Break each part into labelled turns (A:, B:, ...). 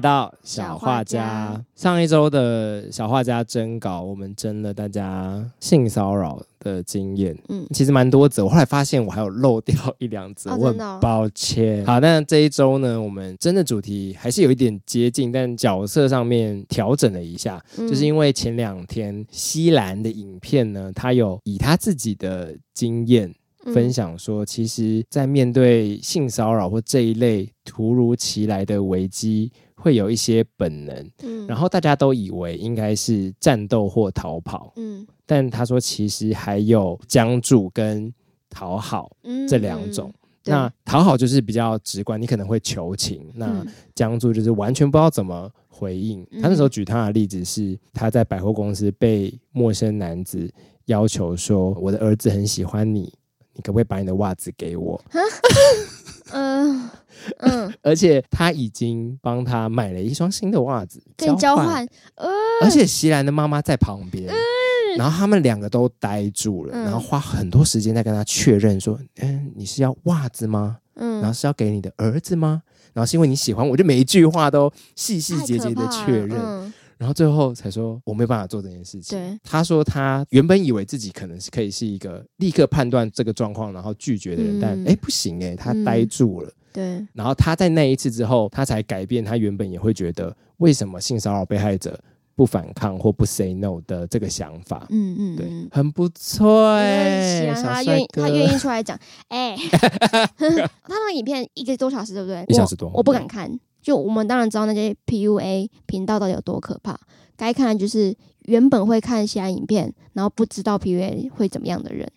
A: 到
B: 小
A: 小
B: 画
A: 画
B: 家
A: 家。上一周的小画家征稿，我们征了大家性骚扰的经验，
B: 嗯，
A: 其实蛮多则。我后来发现我还有漏掉一两则，
B: 哦
A: 我
B: 真的哦
A: 很抱歉。好，那这一周呢，我们真的主题还是有一点接近，但角色上面调整了一下。就是
B: 为
A: 因为前两天西兰的影片呢，他有以他自己的经验
B: 嗯
A: 分享说，其实，在面对性骚扰或这一类突如其来的危机，会有一些本能，
B: 嗯
A: 然后大家都以为应该是战斗或逃跑，
B: 嗯
A: 但他说其实还有僵住跟讨好
B: 嗯
A: 这两种。，
B: 对
A: 那讨好就是比较直观，你可能会求情，那、
B: 嗯
A: 江柱就是完全不知道怎么回应。
B: 嗯
A: 他那时候举他的例子是，他在百货公司被陌生男子要求说：“我的儿子很喜欢你，你可不可以把你的袜子给我
B: 嗯 嗯，？”
A: 而且他已经帮他买了一双新的袜子，
B: 跟交换，
A: 而且席兰的妈妈在旁边，然后他们两个都呆住了，
B: 嗯
A: 然后花很多时间在跟他确认说：“嗯，你是要袜子吗？然后
B: 嗯，
A: 是要给你的儿子吗？”然后是因为你喜欢我，就每一句话都细细节节的确认。
B: 嗯
A: 然后最后才说我没有办法做这件事情。
B: 对，
A: 他说他原本以为自己可能是可以是一个立刻判断这个状况然后拒绝的人，
B: 嗯
A: 但哎不行哎，他呆住了。
B: 对，
A: 然后他在那一次之后，他才改变他原本也会觉得为什么性骚扰被害者不反抗或不 say no 的这个想法。
B: 嗯嗯，
A: 对
B: 嗯，
A: 很不错
B: 因
A: 哎、
B: 为喜欢
A: 小
B: 啊他
A: 帅
B: 愿意，
A: 哥
B: 他 愿意出来讲，哎， 他那个影片一个多小时，对不对？
A: 一小时多
B: 我我不敢看。就我们当然知道那些 PUA 频道到底有多可怕，该看的就是原本会看其他影片，然后不知道 PUA 会怎么样的人。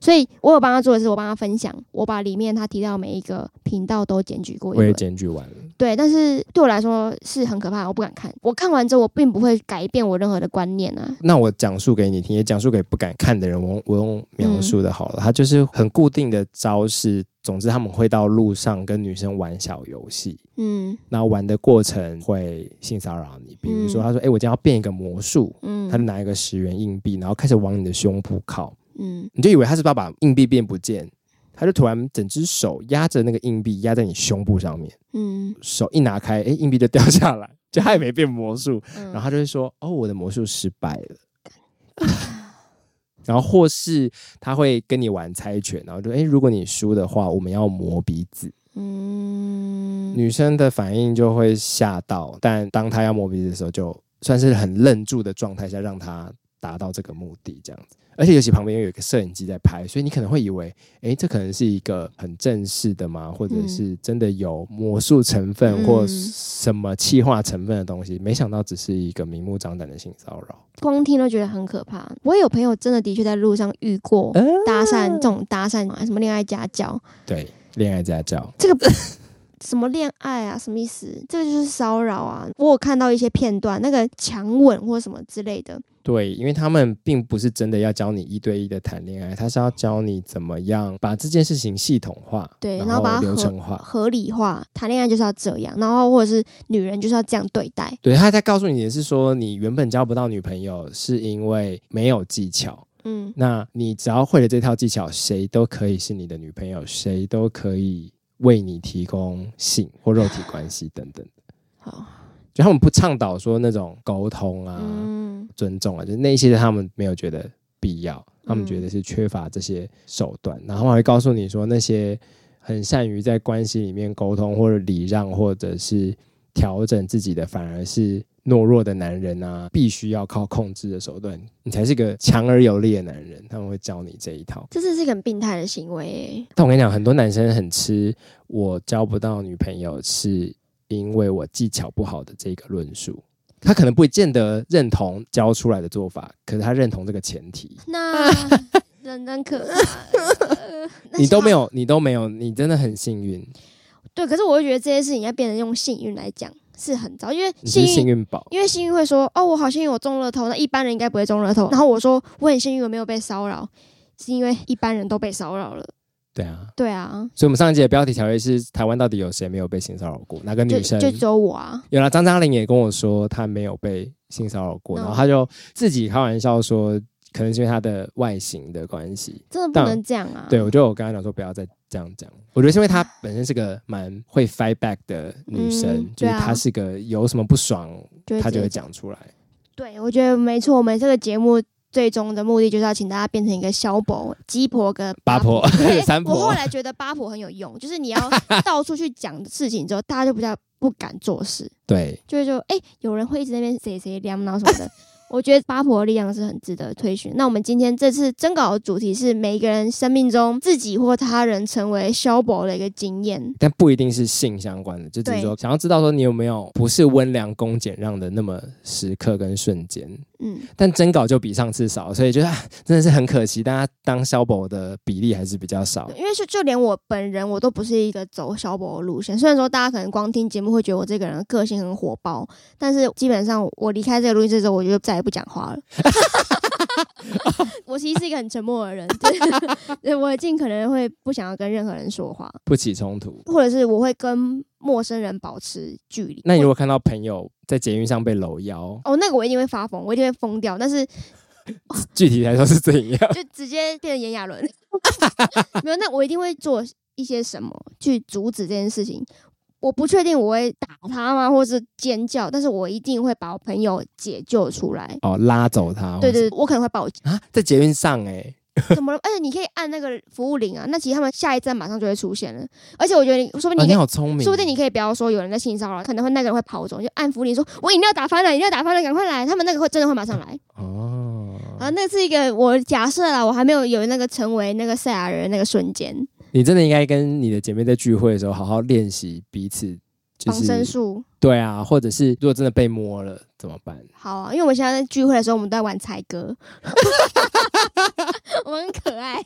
B: 所以我有帮他做的是，我帮他分享，我把里面他提到每一个频道都检举过一
A: 我也
B: 轮。
A: 检举完了，
B: 对，但是对我来说是很可怕，我不敢看。我看完之后，我并不会改变我任何的观念啊。
A: 那我讲述给你听，也讲述给不敢看的人。我我用描述的好了，他就是很固定的招式。总之，他们会到路上跟女生玩小游戏，
B: 嗯
A: 那玩的过程会性骚扰你。比如说，他说：“哎、我今天要变一个魔术。”他就
B: 嗯
A: 拿一个十元硬币，然后开始往你的胸部靠，
B: 嗯
A: 你就以为他是不是要把硬币变不见，他就突然整只手压着那个硬币，压在你胸部上面，
B: 嗯，
A: 手一拿开，哎、硬币就掉下来， 就他也没变魔术，
B: 然
A: 然后他就会说：“哦，我的魔术失败了。” 然后或是他会跟你玩猜拳，然后就诶，如果你输的话，我们要磨鼻子。
B: 嗯
A: 女生的反应就会吓到，但当她要磨鼻子的时候，就算是很愣住的状态下，让她达到这个目的，这样子。而且尤其旁边又有一个摄影机在拍，所以你可能会以为，诶，这可能是一个很正式的嘛，或者
B: 嗯
A: 是真的有魔术成分
B: 嗯
A: 或什么气化成分的东西，没想到只是一个明目张胆的性骚扰。
B: 光听都觉得很可怕。我有朋友真的的确在路上遇过
A: 嗯
B: 搭讪这种搭讪啊，什么恋爱家教，
A: 对，恋爱家教，
B: 这个什么恋爱啊，什么意思？这个就是骚扰啊！我有看到一些片段，那个强吻或什么之类的，
A: 对，因为他们并不是真的要教你一对一的谈恋爱，他是要教你怎么样把这件事情系统化，
B: 对
A: 然
B: 然后把它
A: 流
B: 合
A: 程化。
B: 合理化，谈恋爱就是要这样，然后或者是女人就是要这样对待。
A: 对，他在告诉你的是说，你原本交不到女朋友是因为没有技巧，
B: 嗯
A: 那你只要会了这套技巧，谁都可以是你的女朋友，谁都可以为你提供性或肉体关系等等。
B: 好，
A: 啊就他们不倡导说那种沟通啊，
B: 嗯
A: 尊重啊，就是那一些他们没有觉得必要，他们
B: 嗯
A: 觉得是缺乏这些手段，然后还会告诉你说那些很善于在关系里面沟通或者礼让或者是调整自己的，反而是懦弱的男人啊，必须要靠控制的手段，你才是个强而有力的男人，他们会教你这一套。
B: 这真是一个很病态的行为、欸。
A: 但我跟你讲，很多男生很吃我交不到女朋友是因为我技巧不好的这个论述。他可能不见得认同教出来的做法，可是他认同这个前提。
B: 那人真可怕、呃那
A: 你都没
B: 像
A: 有，你都没有，你真的很幸运，
B: 对，可是我会觉得这些事情要变成用幸运来讲是很糟，因为
A: 你
B: 幸
A: 是
B: 运，
A: 幸运宝。
B: 因为幸运会说哦，我好幸运，我中了头，那一般人应该不会中了头。然后我说我很幸运，我没有被骚扰，是因为一般人都被骚扰了。
A: 对啊，
B: 对啊，
A: 所以我们上一集的标题条约是台湾到底有谁没有被性骚扰过？哪个
B: 就
A: 女生？
B: 就只有我啊，
A: 有啦，张嘉玲也跟我说她没有被性骚扰过，
B: 嗯
A: 然后她就自己开玩笑说，可能是因为他的外形的关系。
B: 真的不
A: 当
B: 能这样啊！
A: 对，我觉得我跟他讲说不要再这样讲。我觉得是因为她本身是个蛮会 fight back 的女生，
B: 嗯
A: 就
B: 对
A: 是
B: 啊
A: 她是个有什么不爽，
B: 就
A: 她就
B: 会直
A: 会
B: 接。
A: 讲出来。
B: 对，我觉得没错。我们这个节目最终的目的就是要请大家变成一个小婆、鸡婆跟
A: 八婆
B: 对
A: 三婆
B: 我后来觉得八婆很有用，就是你要到处去讲事情之后，大家就比较不敢做事，
A: 对，
B: 就是说，哎、有人会一直在那边谁谁凉，然后什么的。我觉得八婆的力量是很值得推选。那我们今天这次征稿的主题是每一个人生命中自己或他人成为消薄的一个经验。
A: 但不一定是性相关的，就只是
B: 对
A: 说想要知道说你有没有不是温良恭俭让的那么时刻跟瞬间。
B: 嗯，
A: 但征稿就比上次少，所以觉得、啊真的是很可惜，大家当消保的比例还是比较少
B: 对。因为是就连我本人，我都不是一个走小宝的路线。虽然说大家可能光听节目会觉得我这个人的个性很火爆，但是基本上我离开这个录音室之后，我就再也不讲话了。 我其实是一个很沉默的人，对 对我尽可能会不想要跟任何人说话，
A: 不起冲突。
B: 或者是我会跟陌生人保持距离。
A: 那你如果看到朋友在捷运上被搂腰，
B: 哦，那个我一定会发疯，我一定会疯掉，但是
A: 具体来说是怎样？
B: 就直接变成炎亚纶。没有，那我一定会做一些什么去阻止这件事情。我不确定我会打他吗，或是尖叫，但是我一定会把我朋友解救出来。
A: 哦，拉走他。
B: 对对，对我可能会报警。
A: 啊，在捷运上哎、
B: 怎么了？而且你可以按那个服务铃啊，那其实他们下一站马上就会出现了。而且我觉得你，说不
A: 啊
B: 定
A: 你
B: 你可以。
A: 好聪明，
B: 说不定你可以不要说有人在性骚扰，可能会那个人会跑走，你就按服务铃说：“我饮料打翻了，饮料打翻了，赶快来！”他们那个会真的会马上来。
A: 哦，
B: 啊，那是一个我假设啦，我还没有有那个成为那个赛亚人的那个瞬间，
A: 你真的应该跟你的姐妹在聚会的时候好好练习彼此，就
B: 防身
A: 是
B: 术。
A: 对啊，或者是如果真的被摸了怎么办？
B: 好啊，因为我们现在在聚会的时候，我们都在玩猜歌，我很可爱，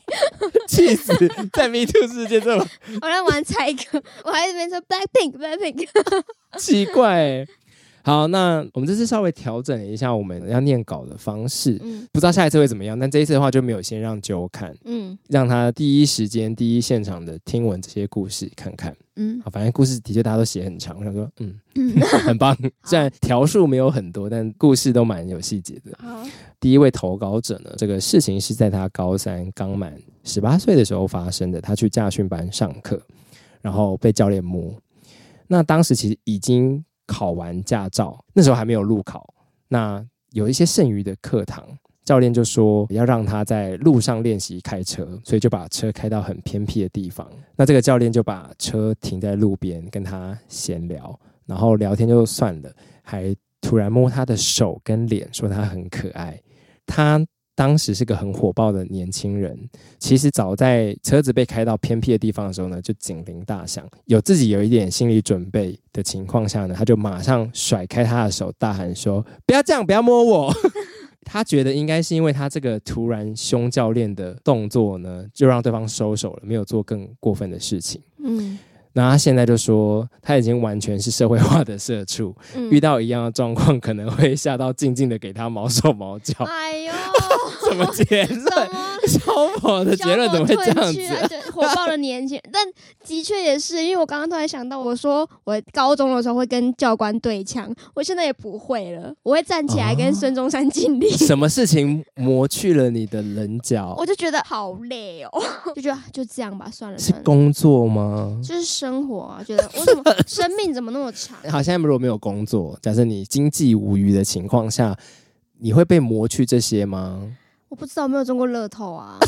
A: 气死！在 Me Too 世界这么
B: 我在玩猜歌，我还在那边说 Black Pink Black Pink。
A: 奇怪欸、 好，那我们这次稍微调整了一下我们要念稿的方式，
B: 嗯
A: 不知道下一次会怎么样。但这一次的话就没有先让九看，
B: 嗯
A: 让他第一时间、第一现场的听闻这些故事看看。
B: 嗯
A: 好，反正故事的确大家都写很长，我想说，嗯，
B: 嗯，
A: 很棒。虽然条数没有很多，但故事都蛮有细节的。
B: 好，
A: 第一位投稿者呢，这个事情是在他高三刚满十八岁的时候发生的。他去驾训班上课，然后被教练摸。那当时其实已经考完驾照，那时候还没有路考。那有一些剩余的课堂，教练就说要让他在路上练习开车，所以就把车开到很偏僻的地方。那这个教练就把车停在路边，跟他闲聊，然后聊天就算了，还突然摸他的手跟脸，说他很可爱。他当时是个很火爆的年轻人，其实早在车子被开到偏僻的地方的时候呢，就警铃大响，有自己有一点心理准备的情况下呢，他就马上甩开他的手，大喊说：“不要这样，不要摸我！” 他觉得应该是因为他这个突然凶教练的动作呢，就让对方收手了，没有做更过分的事情。
B: 嗯
A: 那他现在就说，他已经完全是社会化的社畜，
B: 嗯
A: 遇到一样的状况，可能会吓到静静的给他毛手毛脚。
B: 哎 呦，
A: 什么结
B: 什
A: 论？
B: 么？啊
A: 小我的结论怎么会这样
B: 小我退
A: 子
B: 却？啊？对，火爆的年轻人，但的确也是，因为我刚刚突然想到，我说我高中的时候会跟教官对枪，我现在也不会了，我会站起来
A: 哦
B: 跟孙中山敬礼。
A: 什么事情磨去了你的棱角
B: 我？就觉得好累哦， 就觉得就这样吧，算了
A: 是
B: 算了，
A: 工作吗？
B: 就是生活啊，觉得我怎 么生命怎么那么长？
A: 好，现在如果没有工作，假设你经济无余的情况下，你会被磨去这些吗？
B: 我不知道有没有中过乐透 啊，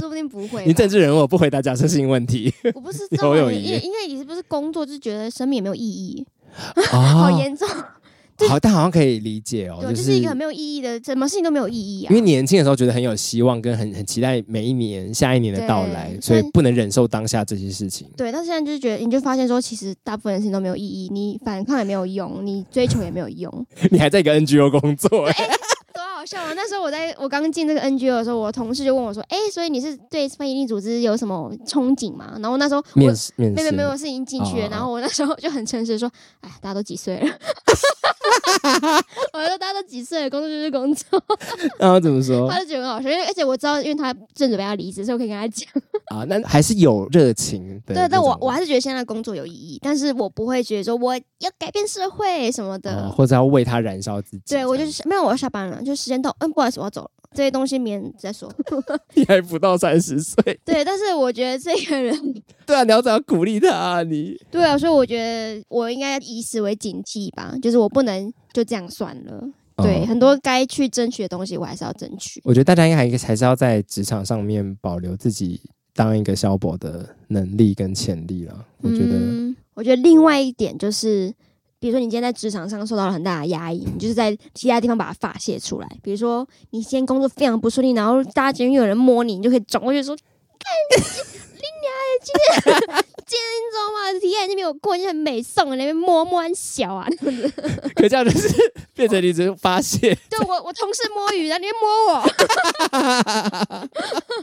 B: 说不定不会吧。
A: 你政治人物我不回答假设性问 题
B: 我 不是
A: 游
B: 中，
A: 泳
B: 因
A: 仪
B: 为因为你是不是工作就觉得生命也没有意义，好
A: 啊，
B: 严重。
A: 好，但好像可以理解哦，
B: 对，
A: 就
B: 就是是一个很没有意义的，什么事情都没有意义啊。
A: 因为年轻的时候觉得很有希望，跟很很期待每一年、下一年的到来，
B: 对
A: 所以
B: 但
A: 不能忍受当下这些事情。
B: 对，但现在就是觉得，你就发现说，其实大部分的事情都没有意义，你反抗也没有用，你追求也没有用。
A: 你还在一个 NGO 工作、
B: 哎
A: 欸，
B: 多好笑 啊！那时候我在我刚进这个 NGO 的时候，我同事就问我说：“哎、所以你是对非营利组织有什么憧憬吗？”然后那时候我
A: 面试面试
B: 没有没有，我是已经进
A: 哦
B: 去
A: 哦
B: 了。
A: 哦
B: 然后我那时候就很诚实地说：“哎，大家都几岁了？” 我说：“大家都几岁了，工作就是工作。
A: 然啊后怎么”说
B: 他就觉得很好笑，因为而且我知道，因为他正准备要离职，所以我可以跟他讲。
A: 啊？那还是有热情的那种。啊
B: 对，但我我还是觉得现在的工作有意义，但是我不会觉得说我要改变社会什么的。
A: 啊或者要为他燃烧自己。
B: 对我就是是没有，我要下班了，就时间到，嗯，不好意思，我要走了，这些东西免再说。
A: 你还不到三十 岁，
B: 对，但是我觉得这个人，
A: 对啊，你要怎样鼓励他、啊？你
B: 对啊，所以我觉得我应该以此为警惕吧，就是我不能就这样算了。对，
A: 哦
B: 很多该去争取的东西，我还是要争取。
A: 我觉得大家应该还还是要在职场上面保留自己当一个消博的能力跟潜力了。我觉得，
B: 嗯，我觉得另外一点就是，比如说你今天在职场上受到了很大的压抑，你就是在其他地方把它发泄出来。比如说你今天工作非常不顺利，然后大家觉得有人摸你，你就可以转过去说：“干你今天今天你知道吗？体验那边有过，你很美送，你那边摸摸很小啊。
A: 可这样就是变成你只是发 泄，
B: 对我我同事摸鱼，然后你就摸我，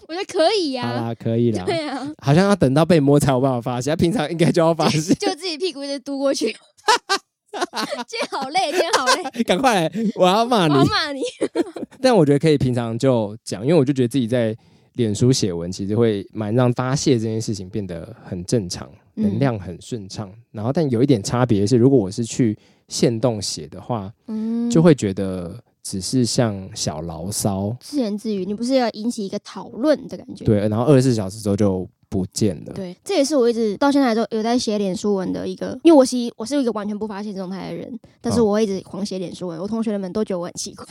B: 我觉得可以
A: 好
B: 呀、
A: 啦，可以啦。
B: 对啊，
A: 好像要等到被摸才有办法发泄，他啊平常应该就要发 泄。
B: 就自己屁股一直嘟过去。今天好累，今天好累，
A: 赶快来，我要骂
B: 我
A: 你
B: 要。骂你。
A: 但我觉得可以平常就讲，因为我就觉得自己在脸书写文，其实会蛮让发泄这件事情变得很正常，
B: 嗯
A: 能量很顺畅。然后，但有一点差别是，如果我是去现动写的话，
B: 嗯
A: 就会觉得只是像小牢骚，
B: 自言自语，你不是要引起一个讨论的感觉？
A: 对，然后二十四小时之后就不见了。
B: 对这也是我一直到现在都有在写脸书文的一个，因为我是一我是一个完全不发现状态的人，但是
A: 哦
B: 我会一直狂写脸书文，我同学们都觉得我很奇怪，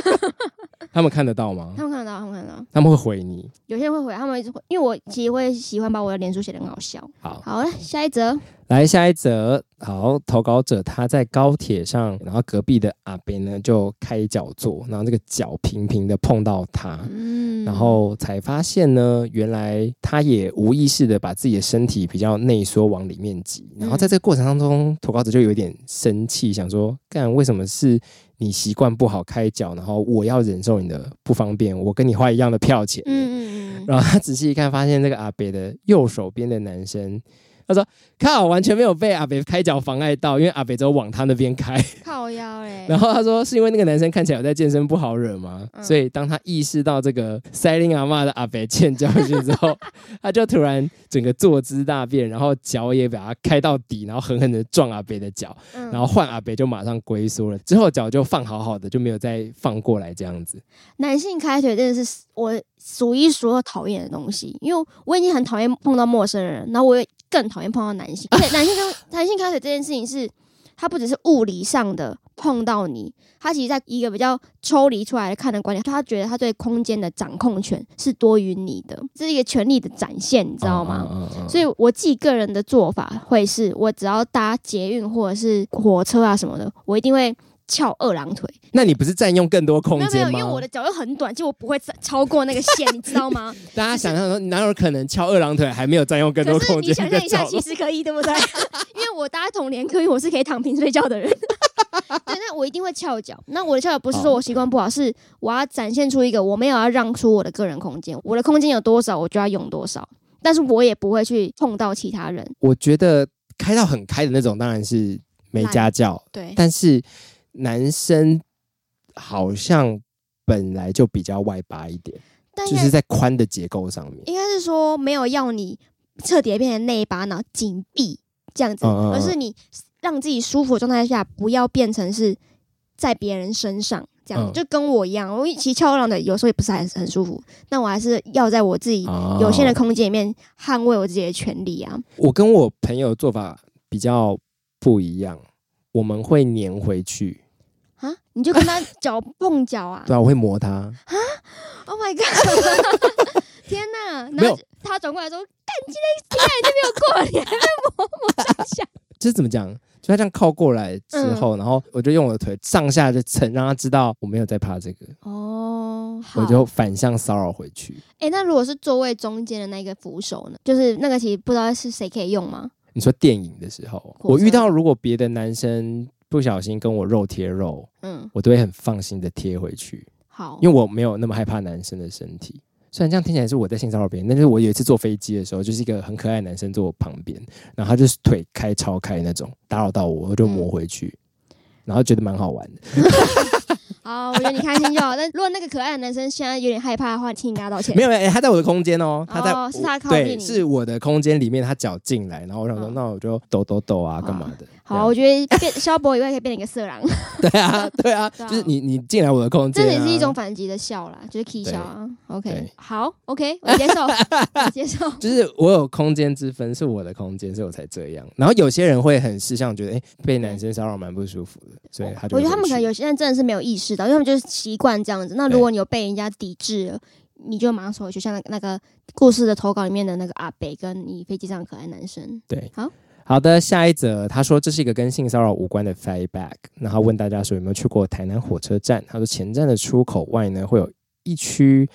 A: 他们看得到吗
B: 他？们看得到，他们看得到，
A: 他们会回你。
B: 有些人会回，他们一直会，因为我其实会喜欢把我的脸书写的很好笑。
A: 好，
B: 好了，下一则，
A: 来下一则，好，投稿者他在高铁上，然后隔壁的阿伯呢就开脚坐，然后这个脚平平的碰到他，
B: 嗯，
A: 然后才发现呢，原来他也无意识的把自己的身体比较内缩往里面挤，然
B: 嗯
A: 后在这个过程当中，投稿者就有一点生气，想说干为什么是你习惯不好开脚，然后我要忍受你的不方便，我跟你花一样的票钱，
B: 嗯，嗯嗯嗯，
A: 然后他仔细一看，发现这个阿北的右手边的男生，他说：“靠，完全没有被阿北开脚妨碍到，因为阿北只有往他那边开。，
B: 靠腰嘞
A: 然后他说：“是因为那个男生看起来有在健身，不好惹嘛。
B: 哎嗯
A: 所以当他意识到这个塞琳阿妈的阿北欠教训之后， 他就突然整个坐姿大变，然后脚也把他开到底，然后狠狠的撞阿北的脚，
B: 嗯
A: 然后换阿北就马上龟缩了，之后脚就放好好的，就没有再放过来这样子。
B: 男性开腿真的是我数一数二讨厌的东西，因为我已经很讨厌碰到陌生人，然后我也更讨厌碰到男性。而且男性跟男性开腿这件事情是，他不只是物理上的碰到你，他其实在一个比较抽离出来的看的观点，他觉得他对空间的掌控权是多于你的，这是一个权力的展现，你知道吗？
A: 嗯？嗯嗯嗯
B: 所以我自己个人的做法会是，我只要搭捷运或者是火车啊什么的，我一定会翘二郎腿。
A: 那你不是占用更多空
B: 没有没
A: 间
B: 有，
A: 吗？
B: 因为我的脚又很短，就我不会超超过那 个线，你知道吗？
A: 大家想象说，哪有可能翘二郎腿还没有占用更多
B: 可是
A: 空
B: 你
A: 间
B: 想
A: 的
B: 象一
A: 角
B: 下，
A: 落
B: 其实可以，对不对？ 因为我搭同联客运，我是可以躺平睡觉的人。 对，那我一定会翘脚。那我的翘脚不是
A: 哦
B: 说我习惯不好，是我要展现出一个我没有要让出我的个人空间，我的空间有多少，我就要用多少。但是我也不会去碰到其他人。
A: 我觉得开到很开的那种当然是没家教，
B: 对，
A: 但是男生好像本来就比较外八一点，
B: 但
A: 就是在宽的结构上面。
B: 应该是说没有要你彻底地变成内八，然后紧闭这样子，
A: 嗯嗯嗯
B: 而是你让自己舒服的状态下，不要变成是在别人身上这样，
A: 嗯
B: 就跟我一样，我其实翘二郎腿有时候也不是还是很舒服，但我还是要在我自己
A: 哦
B: 有限的空间里面捍卫我自己的权利啊。
A: 我跟我朋友做法比较不一样，我们会粘回去，
B: 啊！你就 跟他脚碰脚啊
A: 对啊，我会磨他，
B: ！Oh my god！天 哪！
A: 没
B: 然
A: 有
B: 后他转过来说：“干，你今天今天还是没有过，你还在摸摸三下。”
A: 就是怎么讲？就他这样靠过来之
B: 嗯
A: 后，然后我就用我的腿上下就蹭，让他知道我没有在怕这个，
B: 哦，好
A: 我就反向骚扰回去。
B: 哎、那如果是座位中间的那个扶手呢？就是那个其实不知道是谁可以用吗？
A: 你说电影的时候，
B: 火车
A: 我遇到如果别的男生不小心跟我肉贴肉，
B: 嗯，
A: 我都会很放心的贴回去，
B: 好，
A: 因为我没有那么害怕男生的身体。虽然这样听起来是我在性骚扰别人，但是我有一次坐飞机的时候，就是一个很可爱的男生坐我旁边，然后他就是腿开超开那种，打扰到我，我就
B: 嗯
A: 磨回去，然后觉得蛮好玩的。
B: 好，我觉得你开心就好。但如果那个可爱的男生现在有点害怕的话，请你跟他道歉。
A: 没有，哎、他在我的空间哦，他在、
B: 哦是他靠近
A: 对，
B: 你
A: 是我的空间里面，他脚进来，然后我想说，
B: 嗯哦
A: 那我就抖抖抖啊，干嘛的？对啊
B: 好，我觉得变萧伯以外可以变成一个色狼，
A: 对啊，对啊，
B: 对啊
A: 就是你你进来我的空间、
B: 这
A: 啊，
B: 也是一种反击的笑啦，就是 K 笑啊。OK，
A: 对
B: 好，OK，我 接受，我接受。
A: 就是我有空间之分，是我的空间，所以我才这样。然后有些人会很识相，觉得哎、诶被男生骚扰蛮不舒服的，所以他就
B: 我觉得他
A: 回
B: 们可能
A: 去
B: 有些人真的是没有意识到，因为他们就是习惯这样子。那如果你有被人家抵制了，你就马上收回去，像那那个故事的投稿里面的那个阿北跟你飞机上的可爱男生。
A: 对
B: 好。
A: 好的，下一则，他说这是一个跟性骚扰无关的 fight back，那他问大家说有没有去过台南火车站？他说前站的出口外呢会有一区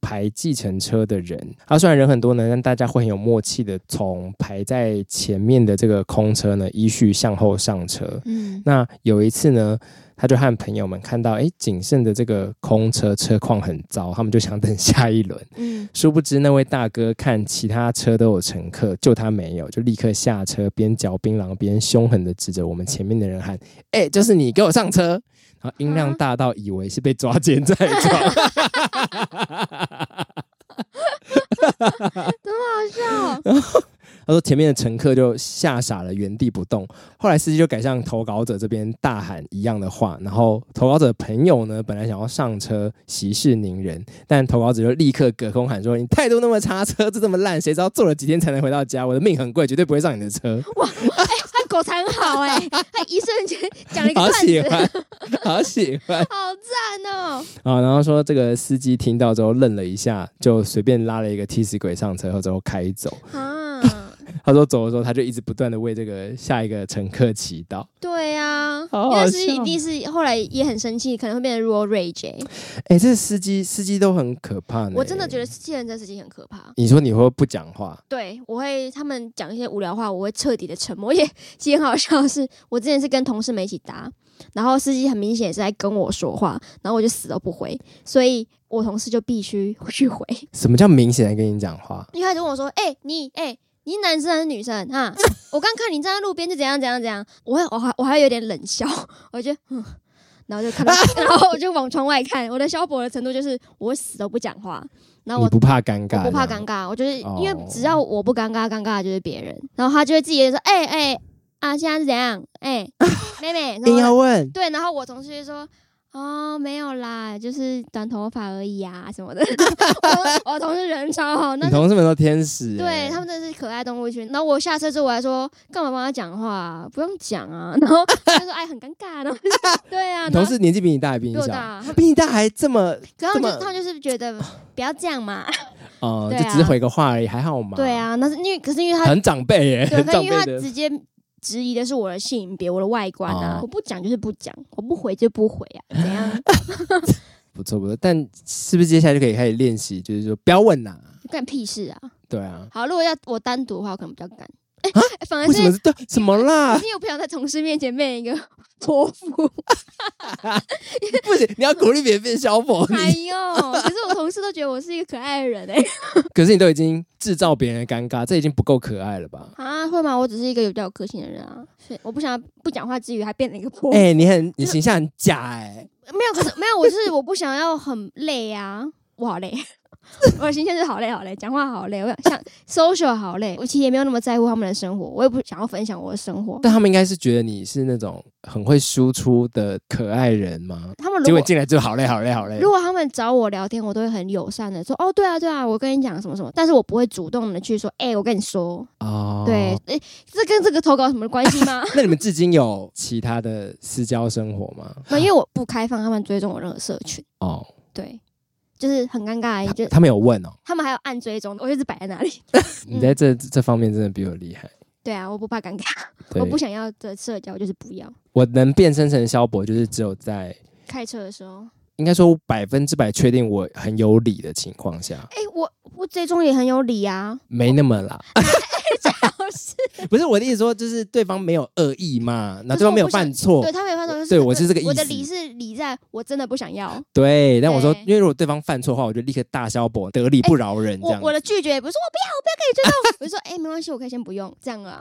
A: 排计程车的人，他虽然人很多呢，但大家会很有默契的从排在前面的这个空车呢依序向后上车。
B: 嗯，
A: 那有一次呢，他就和朋友们看到，哎，仅剩的这个空车车况很糟，他们就想等 下一轮。
B: 嗯，
A: 殊不知那位大哥看其他车都有乘客，就他没有，就立刻下车，边嚼槟榔边凶狠的指着我们前面的人喊：“哎、就是你，给我上车！”然后音量大到以为是被抓奸在 床。
B: 好笑。
A: 他说前面的乘客就吓傻了，原地不动。后来司机就改向投稿者这边大喊一样的话，然后投稿者的朋友呢，本来想要上车息事宁人，但投稿者就立刻隔空喊说：“你态度那么差，车子这么烂，谁知道坐了几天才能回到家？我的命很贵，绝对不会上你的车。
B: 哇，哎、他口才很好 哎、他一瞬间讲了一”个
A: 好
B: 段
A: 喜
B: 子，
A: 欢， 好喜欢
B: 好赞哦、
A: 啊！然后说这个司机听到之后愣了一下，就随便拉了一个替死鬼上车后之后开走。
B: 啊！
A: 他说走的时候，他就一直不断的为这个下一个乘客祈祷。
B: 对啊，
A: 好
B: 因
A: 好
B: 为是
A: 笑
B: 一定是后来也很生气，可能会变成 raw rage 欸、
A: 哎、这司机司机都很可怕呢。
B: 我真的觉得现人真司机很可怕。
A: 你说你会不会不讲话？
B: 对，我会他们讲一些无聊话，我会彻底的沉默。而 且其实很好笑的是，我之前是跟同事们一起搭，然后司机很明显也是在跟我说话，然后我就死都不回，所以我同事就必须去回，
A: 什么叫明显的跟你讲话？
B: 因为他就跟我说：“哎、你哎、你男生还是女生啊？ 我刚看你站在路边就怎样怎样怎样。”我会我还我还有点冷笑， 我就嗯。然后 就看到，然后我就往窗外看。我的消薄的程度就是，我会死都不讲话。然后
A: 你
B: 我
A: 不怕尴尬？
B: 我不怕
A: 这
B: 尴
A: 样。
B: 尬，我就是
A: 哦
B: 因为只要我不尴尬，尴尬的就是别人，然后他就会自己说，哎、哎、啊，现在是怎样？ 哎、妹妹，
A: 硬
B: 然
A: 要
B: 后
A: 问，
B: 对，然后我同事就说。哦，没有啦，就是短头发而已啊，什么的。 我我同事人超好，那
A: 你同事们都天使、欸
B: 对他
A: 们
B: 们真的是可爱动物群。然后我下车之后，我还说干嘛帮他讲话、不用讲啊。 然后 他就说哎，很尴尬。然后对啊，然
A: 同
B: 后
A: 事年纪比你大还比你
B: 比我
A: 小？
B: 大，他
A: 比你大还这么
B: 可他
A: 这
B: 们就
A: 么
B: 他们就是 觉得不要这样嘛。
A: 哦、
B: 对
A: 就
B: 啊
A: 只是回个话而已，还好吗？
B: 对，啊，那是因为可是因为他
A: 很长辈耶，
B: 对，
A: 很
B: 可是
A: 长
B: 因为
A: 辈
B: 他
A: 的。
B: 直接质疑的是我的性别、我的外观啊，
A: 哦
B: 我不讲就是不讲，我不回就不回啊，怎样？
A: 不错不错，但是不是接下来就可以开始练习？就是说不要问呐、
B: 干屁事啊！
A: 对啊，
B: 好，如果要我单独的话，我可能比较敢。哎、 反而
A: 为
B: 是
A: 什么是啊对？什么啦？
B: 因为我不想在同事面前变一个 泼妇。
A: 不行，你要鼓励别人变消防。
B: 哎
A: 你
B: 呦，可是我同事都觉得我是一个可爱的人哎、
A: 可是你都已经制造别人的尴尬，这已经不够可爱了吧？
B: 啊，会吗？我只是一个有比较有个性的人啊，所以我不想要不讲话之余还变成一个泼妇。
A: 哎、你很你形象很假哎、
B: 没有，可是没有，我就是我不想要很累啊，我好累， 我的形象就是好累好累，讲话好累，我想 social 好累，我其实也没有那么在乎他们的生活，我也不想要分享我的生活。
A: 但他们应该是觉得你是那种很会输出的可爱人吗？
B: 他们
A: 结
B: 如
A: 果
B: 果
A: 进来就好累好累好累
B: 如。果他们找我聊天，我都会很友善的说，哦，对啊对啊，我跟你讲什么什么，但是我不会主动的去说，哎、我跟你说，
A: 哦，
B: 对，哎、这跟这个投稿有什么关系吗？
A: 那你们至今有其他的私交生活吗？
B: 没有因为我不开放他们追踪我任何社群，
A: 哦，
B: 对，就是很尴尬，
A: 他
B: 哎就
A: 他们有问哦，
B: 他们还有暗追踪，我就是摆在那里。
A: 你在这这方面真的比我厉害。
B: 对啊，我不怕尴尬，
A: 对
B: 我，不想要的社交就是不要。
A: 我能变身成萧博，就是只有在
B: 开车的时候，
A: 应该说百分之百确定我很有理的情况下，
B: 哎、我我追踪也很有理 啊，
A: 没那么啦。
B: 老师，
A: 不是我的意思说，就是对方没有恶意嘛，那对方没有犯错
B: 对，他没办法说，
A: 对我是这个意思
B: 我的理是理在我真的不想要，
A: 对。但我说，
B: 对
A: 因为如果对方犯错的话，我就立刻大萧博，得理不饶人这
B: 我
A: 样子。
B: 我的拒绝也不是说 我不要，我不要跟你追踪，我就说哎、没关系，我可以先不用这样啊。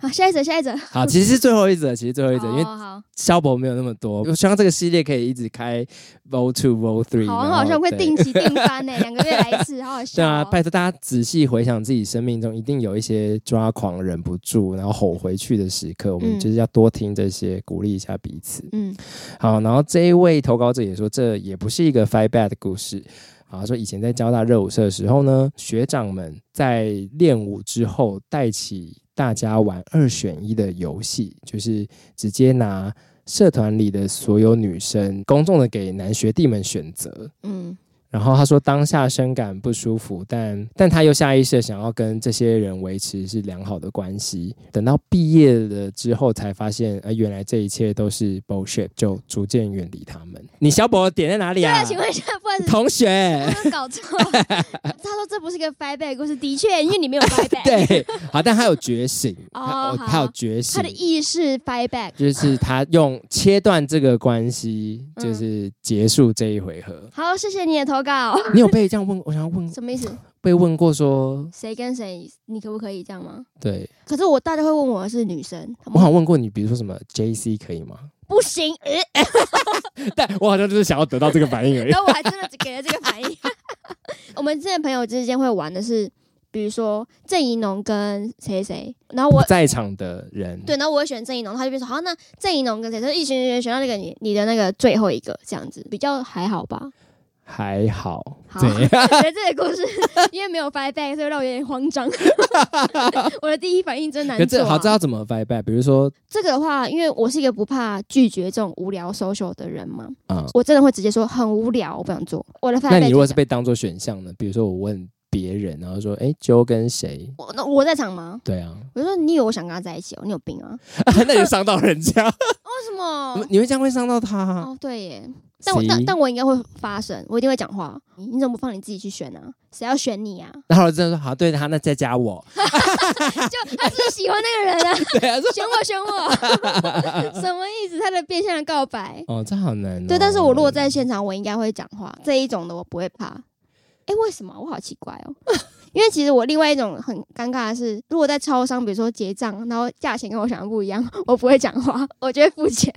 B: 好，下一则，下一则，
A: 好，其实是最后一则，其实最后一则，因为
B: 好好
A: 萧博没有那么多，我希望这个系列可以一直开 Vol Two、Vol Three，
B: 好，很
A: 然后
B: 好笑，我会
A: 对
B: 定期定番呢、两个月来一次，好好笑、
A: 对啊，
B: 哦。
A: 拜托大家仔细回想自己生命中一定有一些抓狂、忍不住，然后吼回去的时刻，我们
B: 嗯
A: 就是要多听这些，鼓励一下彼此。
B: 嗯
A: 好，然后这一位投稿者也说，这也不是一个 fight bad 的故事。啊，说以前在交大热舞社的时候呢，学长们在练舞之后带起大家玩二选一的游戏，就是直接拿社团里的所有女生公众的给男学弟们选择。
B: 嗯
A: 然后他说当下深感不舒服，但但他又下意识地想要跟这些人维持是良好的关系。等到毕业了之后，才发现啊、呃原来这一切都是 bullshit，就逐渐远离他们。你小宝的点在哪里
B: 对
A: 啊
B: 啊，？请问一下，不好意思，
A: 同学。
B: 我有搞错。 他说这不是个 fight back 故事，的确，因为你没有 fight back，
A: 对，好，但他有觉醒，
B: 哦
A: 他有
B: 好
A: 他有觉
B: 他
A: 醒
B: 的，意识 fight back。
A: 就是他用切断这个关系，
B: 嗯
A: 就是结束这一回合。
B: 好，谢谢你的投稿。
A: 你有被这样问？我想要问，
B: 什么意思？
A: 被问过说，
B: 谁跟谁？你可不可以这样吗？哦
A: 对
B: 可是我大家会问我是女生，
A: 我
B: 他们
A: 好
B: 会
A: 像问过你，比如说什么 J C 可以吗？
B: 不行，呃
A: 但我好像就是想要得到这个反应而已
B: 然。后我还真的只给了这个反 应。我们之前朋友之间会玩的是，比如说郑怡农跟谁谁谁，然 后我
A: 不在场的人，
B: 对，然后我会选郑怡农，他就会说好，那郑怡农跟谁谁，就一群人选到那个你你的那个最后一个，这样子比较还好 吧？
A: 还好，
B: 好，
A: 对，
B: 觉得这个故事因为没有 fight back，所以让我有点慌 张。我的第一反应真难
A: 可
B: 做、
A: 这
B: 啊。
A: 好知道怎么 fight back，比如说
B: 这个的话，因为我是一个不怕拒绝这种无聊 social 的人嘛，
A: 啊，
B: 我真的会直接说很无聊，我不想做。我的 fight back
A: 那你如果
B: 就是
A: 被当做选项呢？比如说我问别人，然后说，哎，Joe 跟谁？
B: 我那我在场吗？
A: 对啊，
B: 我就说你以为我想跟他在一起哦？你有病啊？
A: 那就伤到人家，
B: 为什么？
A: 你会这样会伤到他。
B: 哦，对耶，哦但我
A: 嗯谁
B: 但但我应该会发声，我一定会讲话。你你怎么不放你自己去选啊？谁要选你啊？
A: 然后我真的说好，对他，那再加 我。
B: 就他是喜欢那个人啊，
A: 对啊，说
B: 选我选我， 什么意思？他的变相的告白。
A: 哦，这好难、哦。
B: 对，但是我如果在现场，我应该会讲话。这一种的我不会怕。哎、为什么啊？我好奇怪哦。 因为其实我另外一种很尴尬的是，如果在超商，比如说结账，然后价钱跟我想的不一样，我不会讲话，我就会付钱。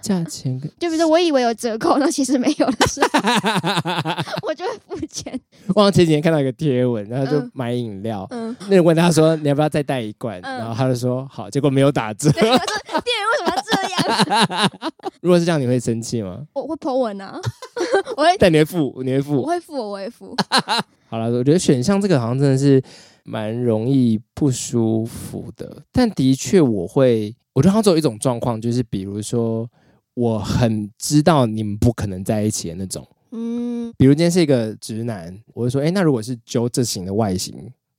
A: 价钱跟，
B: 就比如说我以为有折扣，那其实没有的时 候，我就会付钱。
A: 我好像前几天看到一个贴文，然后就
B: 嗯
A: 买饮料，
B: 嗯，
A: 那人问他说你要不要再带一罐，
B: 嗯
A: 然后他就说好，结果没有打 折。
B: 对，我说店员为什么要这样？
A: 如果是这样，你会生气吗？
B: 我会 po 文啊， 我会
A: 但你会付，你会
B: 我
A: 付。
B: 会付，我会付。
A: 好了，我觉得选项这个好像真的是蛮容易不舒服的，但的确我会，我觉得好像只有一种状况，就是比如说我很知道你们不可能在一起的那种。
B: 嗯，
A: 比如今天是一个直男，我会说，哎、那如果是揪这型的外形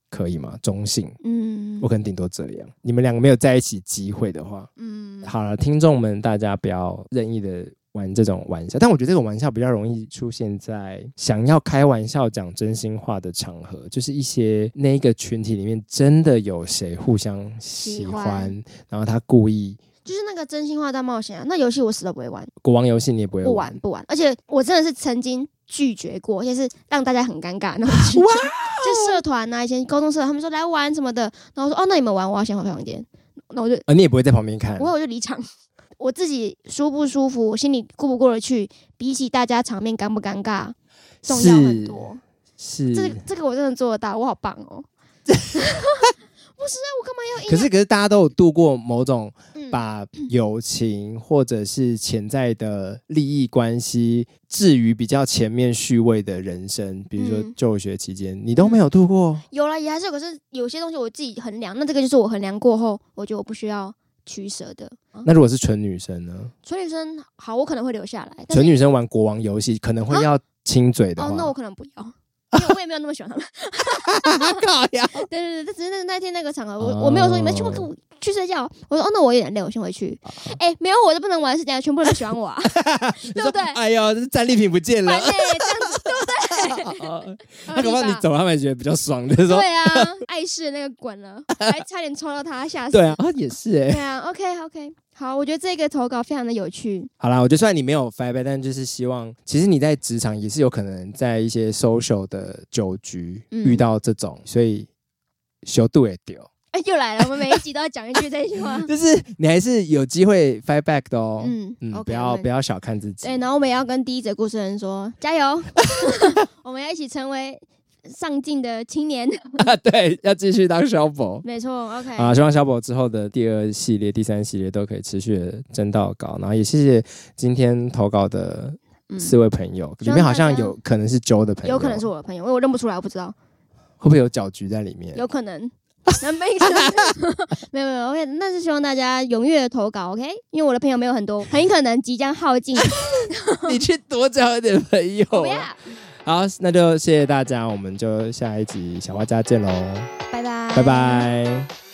A: 可以吗？中性，
B: 嗯
A: 我可能顶多这样。你们两个没有在一起机会的话，
B: 嗯，
A: 好了，听众们大家不要任意的玩这种玩笑，但我觉得这种玩笑比较容易出现在想要开玩笑讲真心话的场合，就是一些那一个群体里面真的有谁互相喜
B: 喜
A: 欢，
B: 欢
A: 然后他故意。
B: 就是那个真心话大冒险啊，那游戏我死都不会玩，
A: 国王游戏你也不会
B: 不玩不玩。而且我真的是曾经拒绝过，而且是让大家很尴尬那种拒绝。 就社团啊，以前高中社团，他们说来玩什么的，然后我说哦，那你们玩，我要先回房间。那我就
A: 呃，你也不会在旁边看
B: 不。会，我就离场。我自己舒不舒服，我心里过不过得去，比起大家场面尴不尴尬，重要很多。
A: 是，
B: 这个这个我真的做得到，我好棒哦！不是啊，我干嘛要
A: 可是可是大家都有度过某种
B: 嗯
A: 把友情或者是潜在的利益关系置于比较前面序位的人生，比如说
B: 嗯哦
A: 就学期间，你都没有度过，
B: 有了也还是有，可是有些东西我自己衡量，那这个就是我衡量过后，我觉得我不需要取舍的。
A: 那如果是纯女生呢？
B: 纯女生好，我可能会留下来，但
A: 纯
B: 是啊
A: 女生玩国王游戏可能会要亲嘴的
B: 哦，那
A: 话
B: 我，可能不要，因为我也没有那么喜欢他们。
A: 靠呀！
B: 对对对，但只是那那天那个场合，我、
A: 哦啊
B: 我没有说你们全部跟我去睡觉，我说哦，那我有点累，我先回去。哎、没有我就不能玩，是等下全部人都喜欢 我啊，对不对？
A: 哎呦，这战利品不见了
B: 反。正这样子
A: 哦
B: 合
A: 那
B: 理
A: 恐
B: 吧
A: 怕你 走，他们也觉得比较爽，就是说，
B: 对啊，碍事那个滚 了，还差点抽到他，吓死。
A: 对啊，啊也是哎
B: 对。啊，OK OK，好，我觉得这个投稿非常的有趣。
A: 好啦，我觉得虽然你没有 fight back，但就是希望，其实你在职场也是有可能在一些 social 的酒局、
B: 嗯
A: 遇到这种，所以修度也丢，。
B: 哎，又来了，我们每一集都要讲一句这句话
A: 就是你还是有机会 fight back 的 哦。嗯
B: 嗯，OK，
A: 不要
B: 我们
A: 不要小看自己
B: 对，。然后我们也要跟第一则故事人说加油，我们要一起成为上进的青年。
A: 对，要继续当小宝。
B: 没错，OK，
A: 啊，希望小宝之后的第二系列、第三系列都可以持续的征到稿，然后也谢谢今天投稿的
B: 嗯，
A: 四位朋友，
B: 希
A: 里
B: 望
A: 面好像
B: 大家
A: 有可能是 Joe 的朋友，
B: 有可能是我的朋友，因为我认不出来，我不知道，
A: 会不会有搅局在里面？
B: 有可能。那没事， 没有没有 OK，那是希望大家踊跃地投稿 OK，因为我的朋友没有很多，很可能即将 耗尽。
A: 你去多交一点朋友
B: 不要
A: 啊。，好，那就谢谢大家，我们就下一集小画家见喽，
B: 拜拜，
A: 拜拜。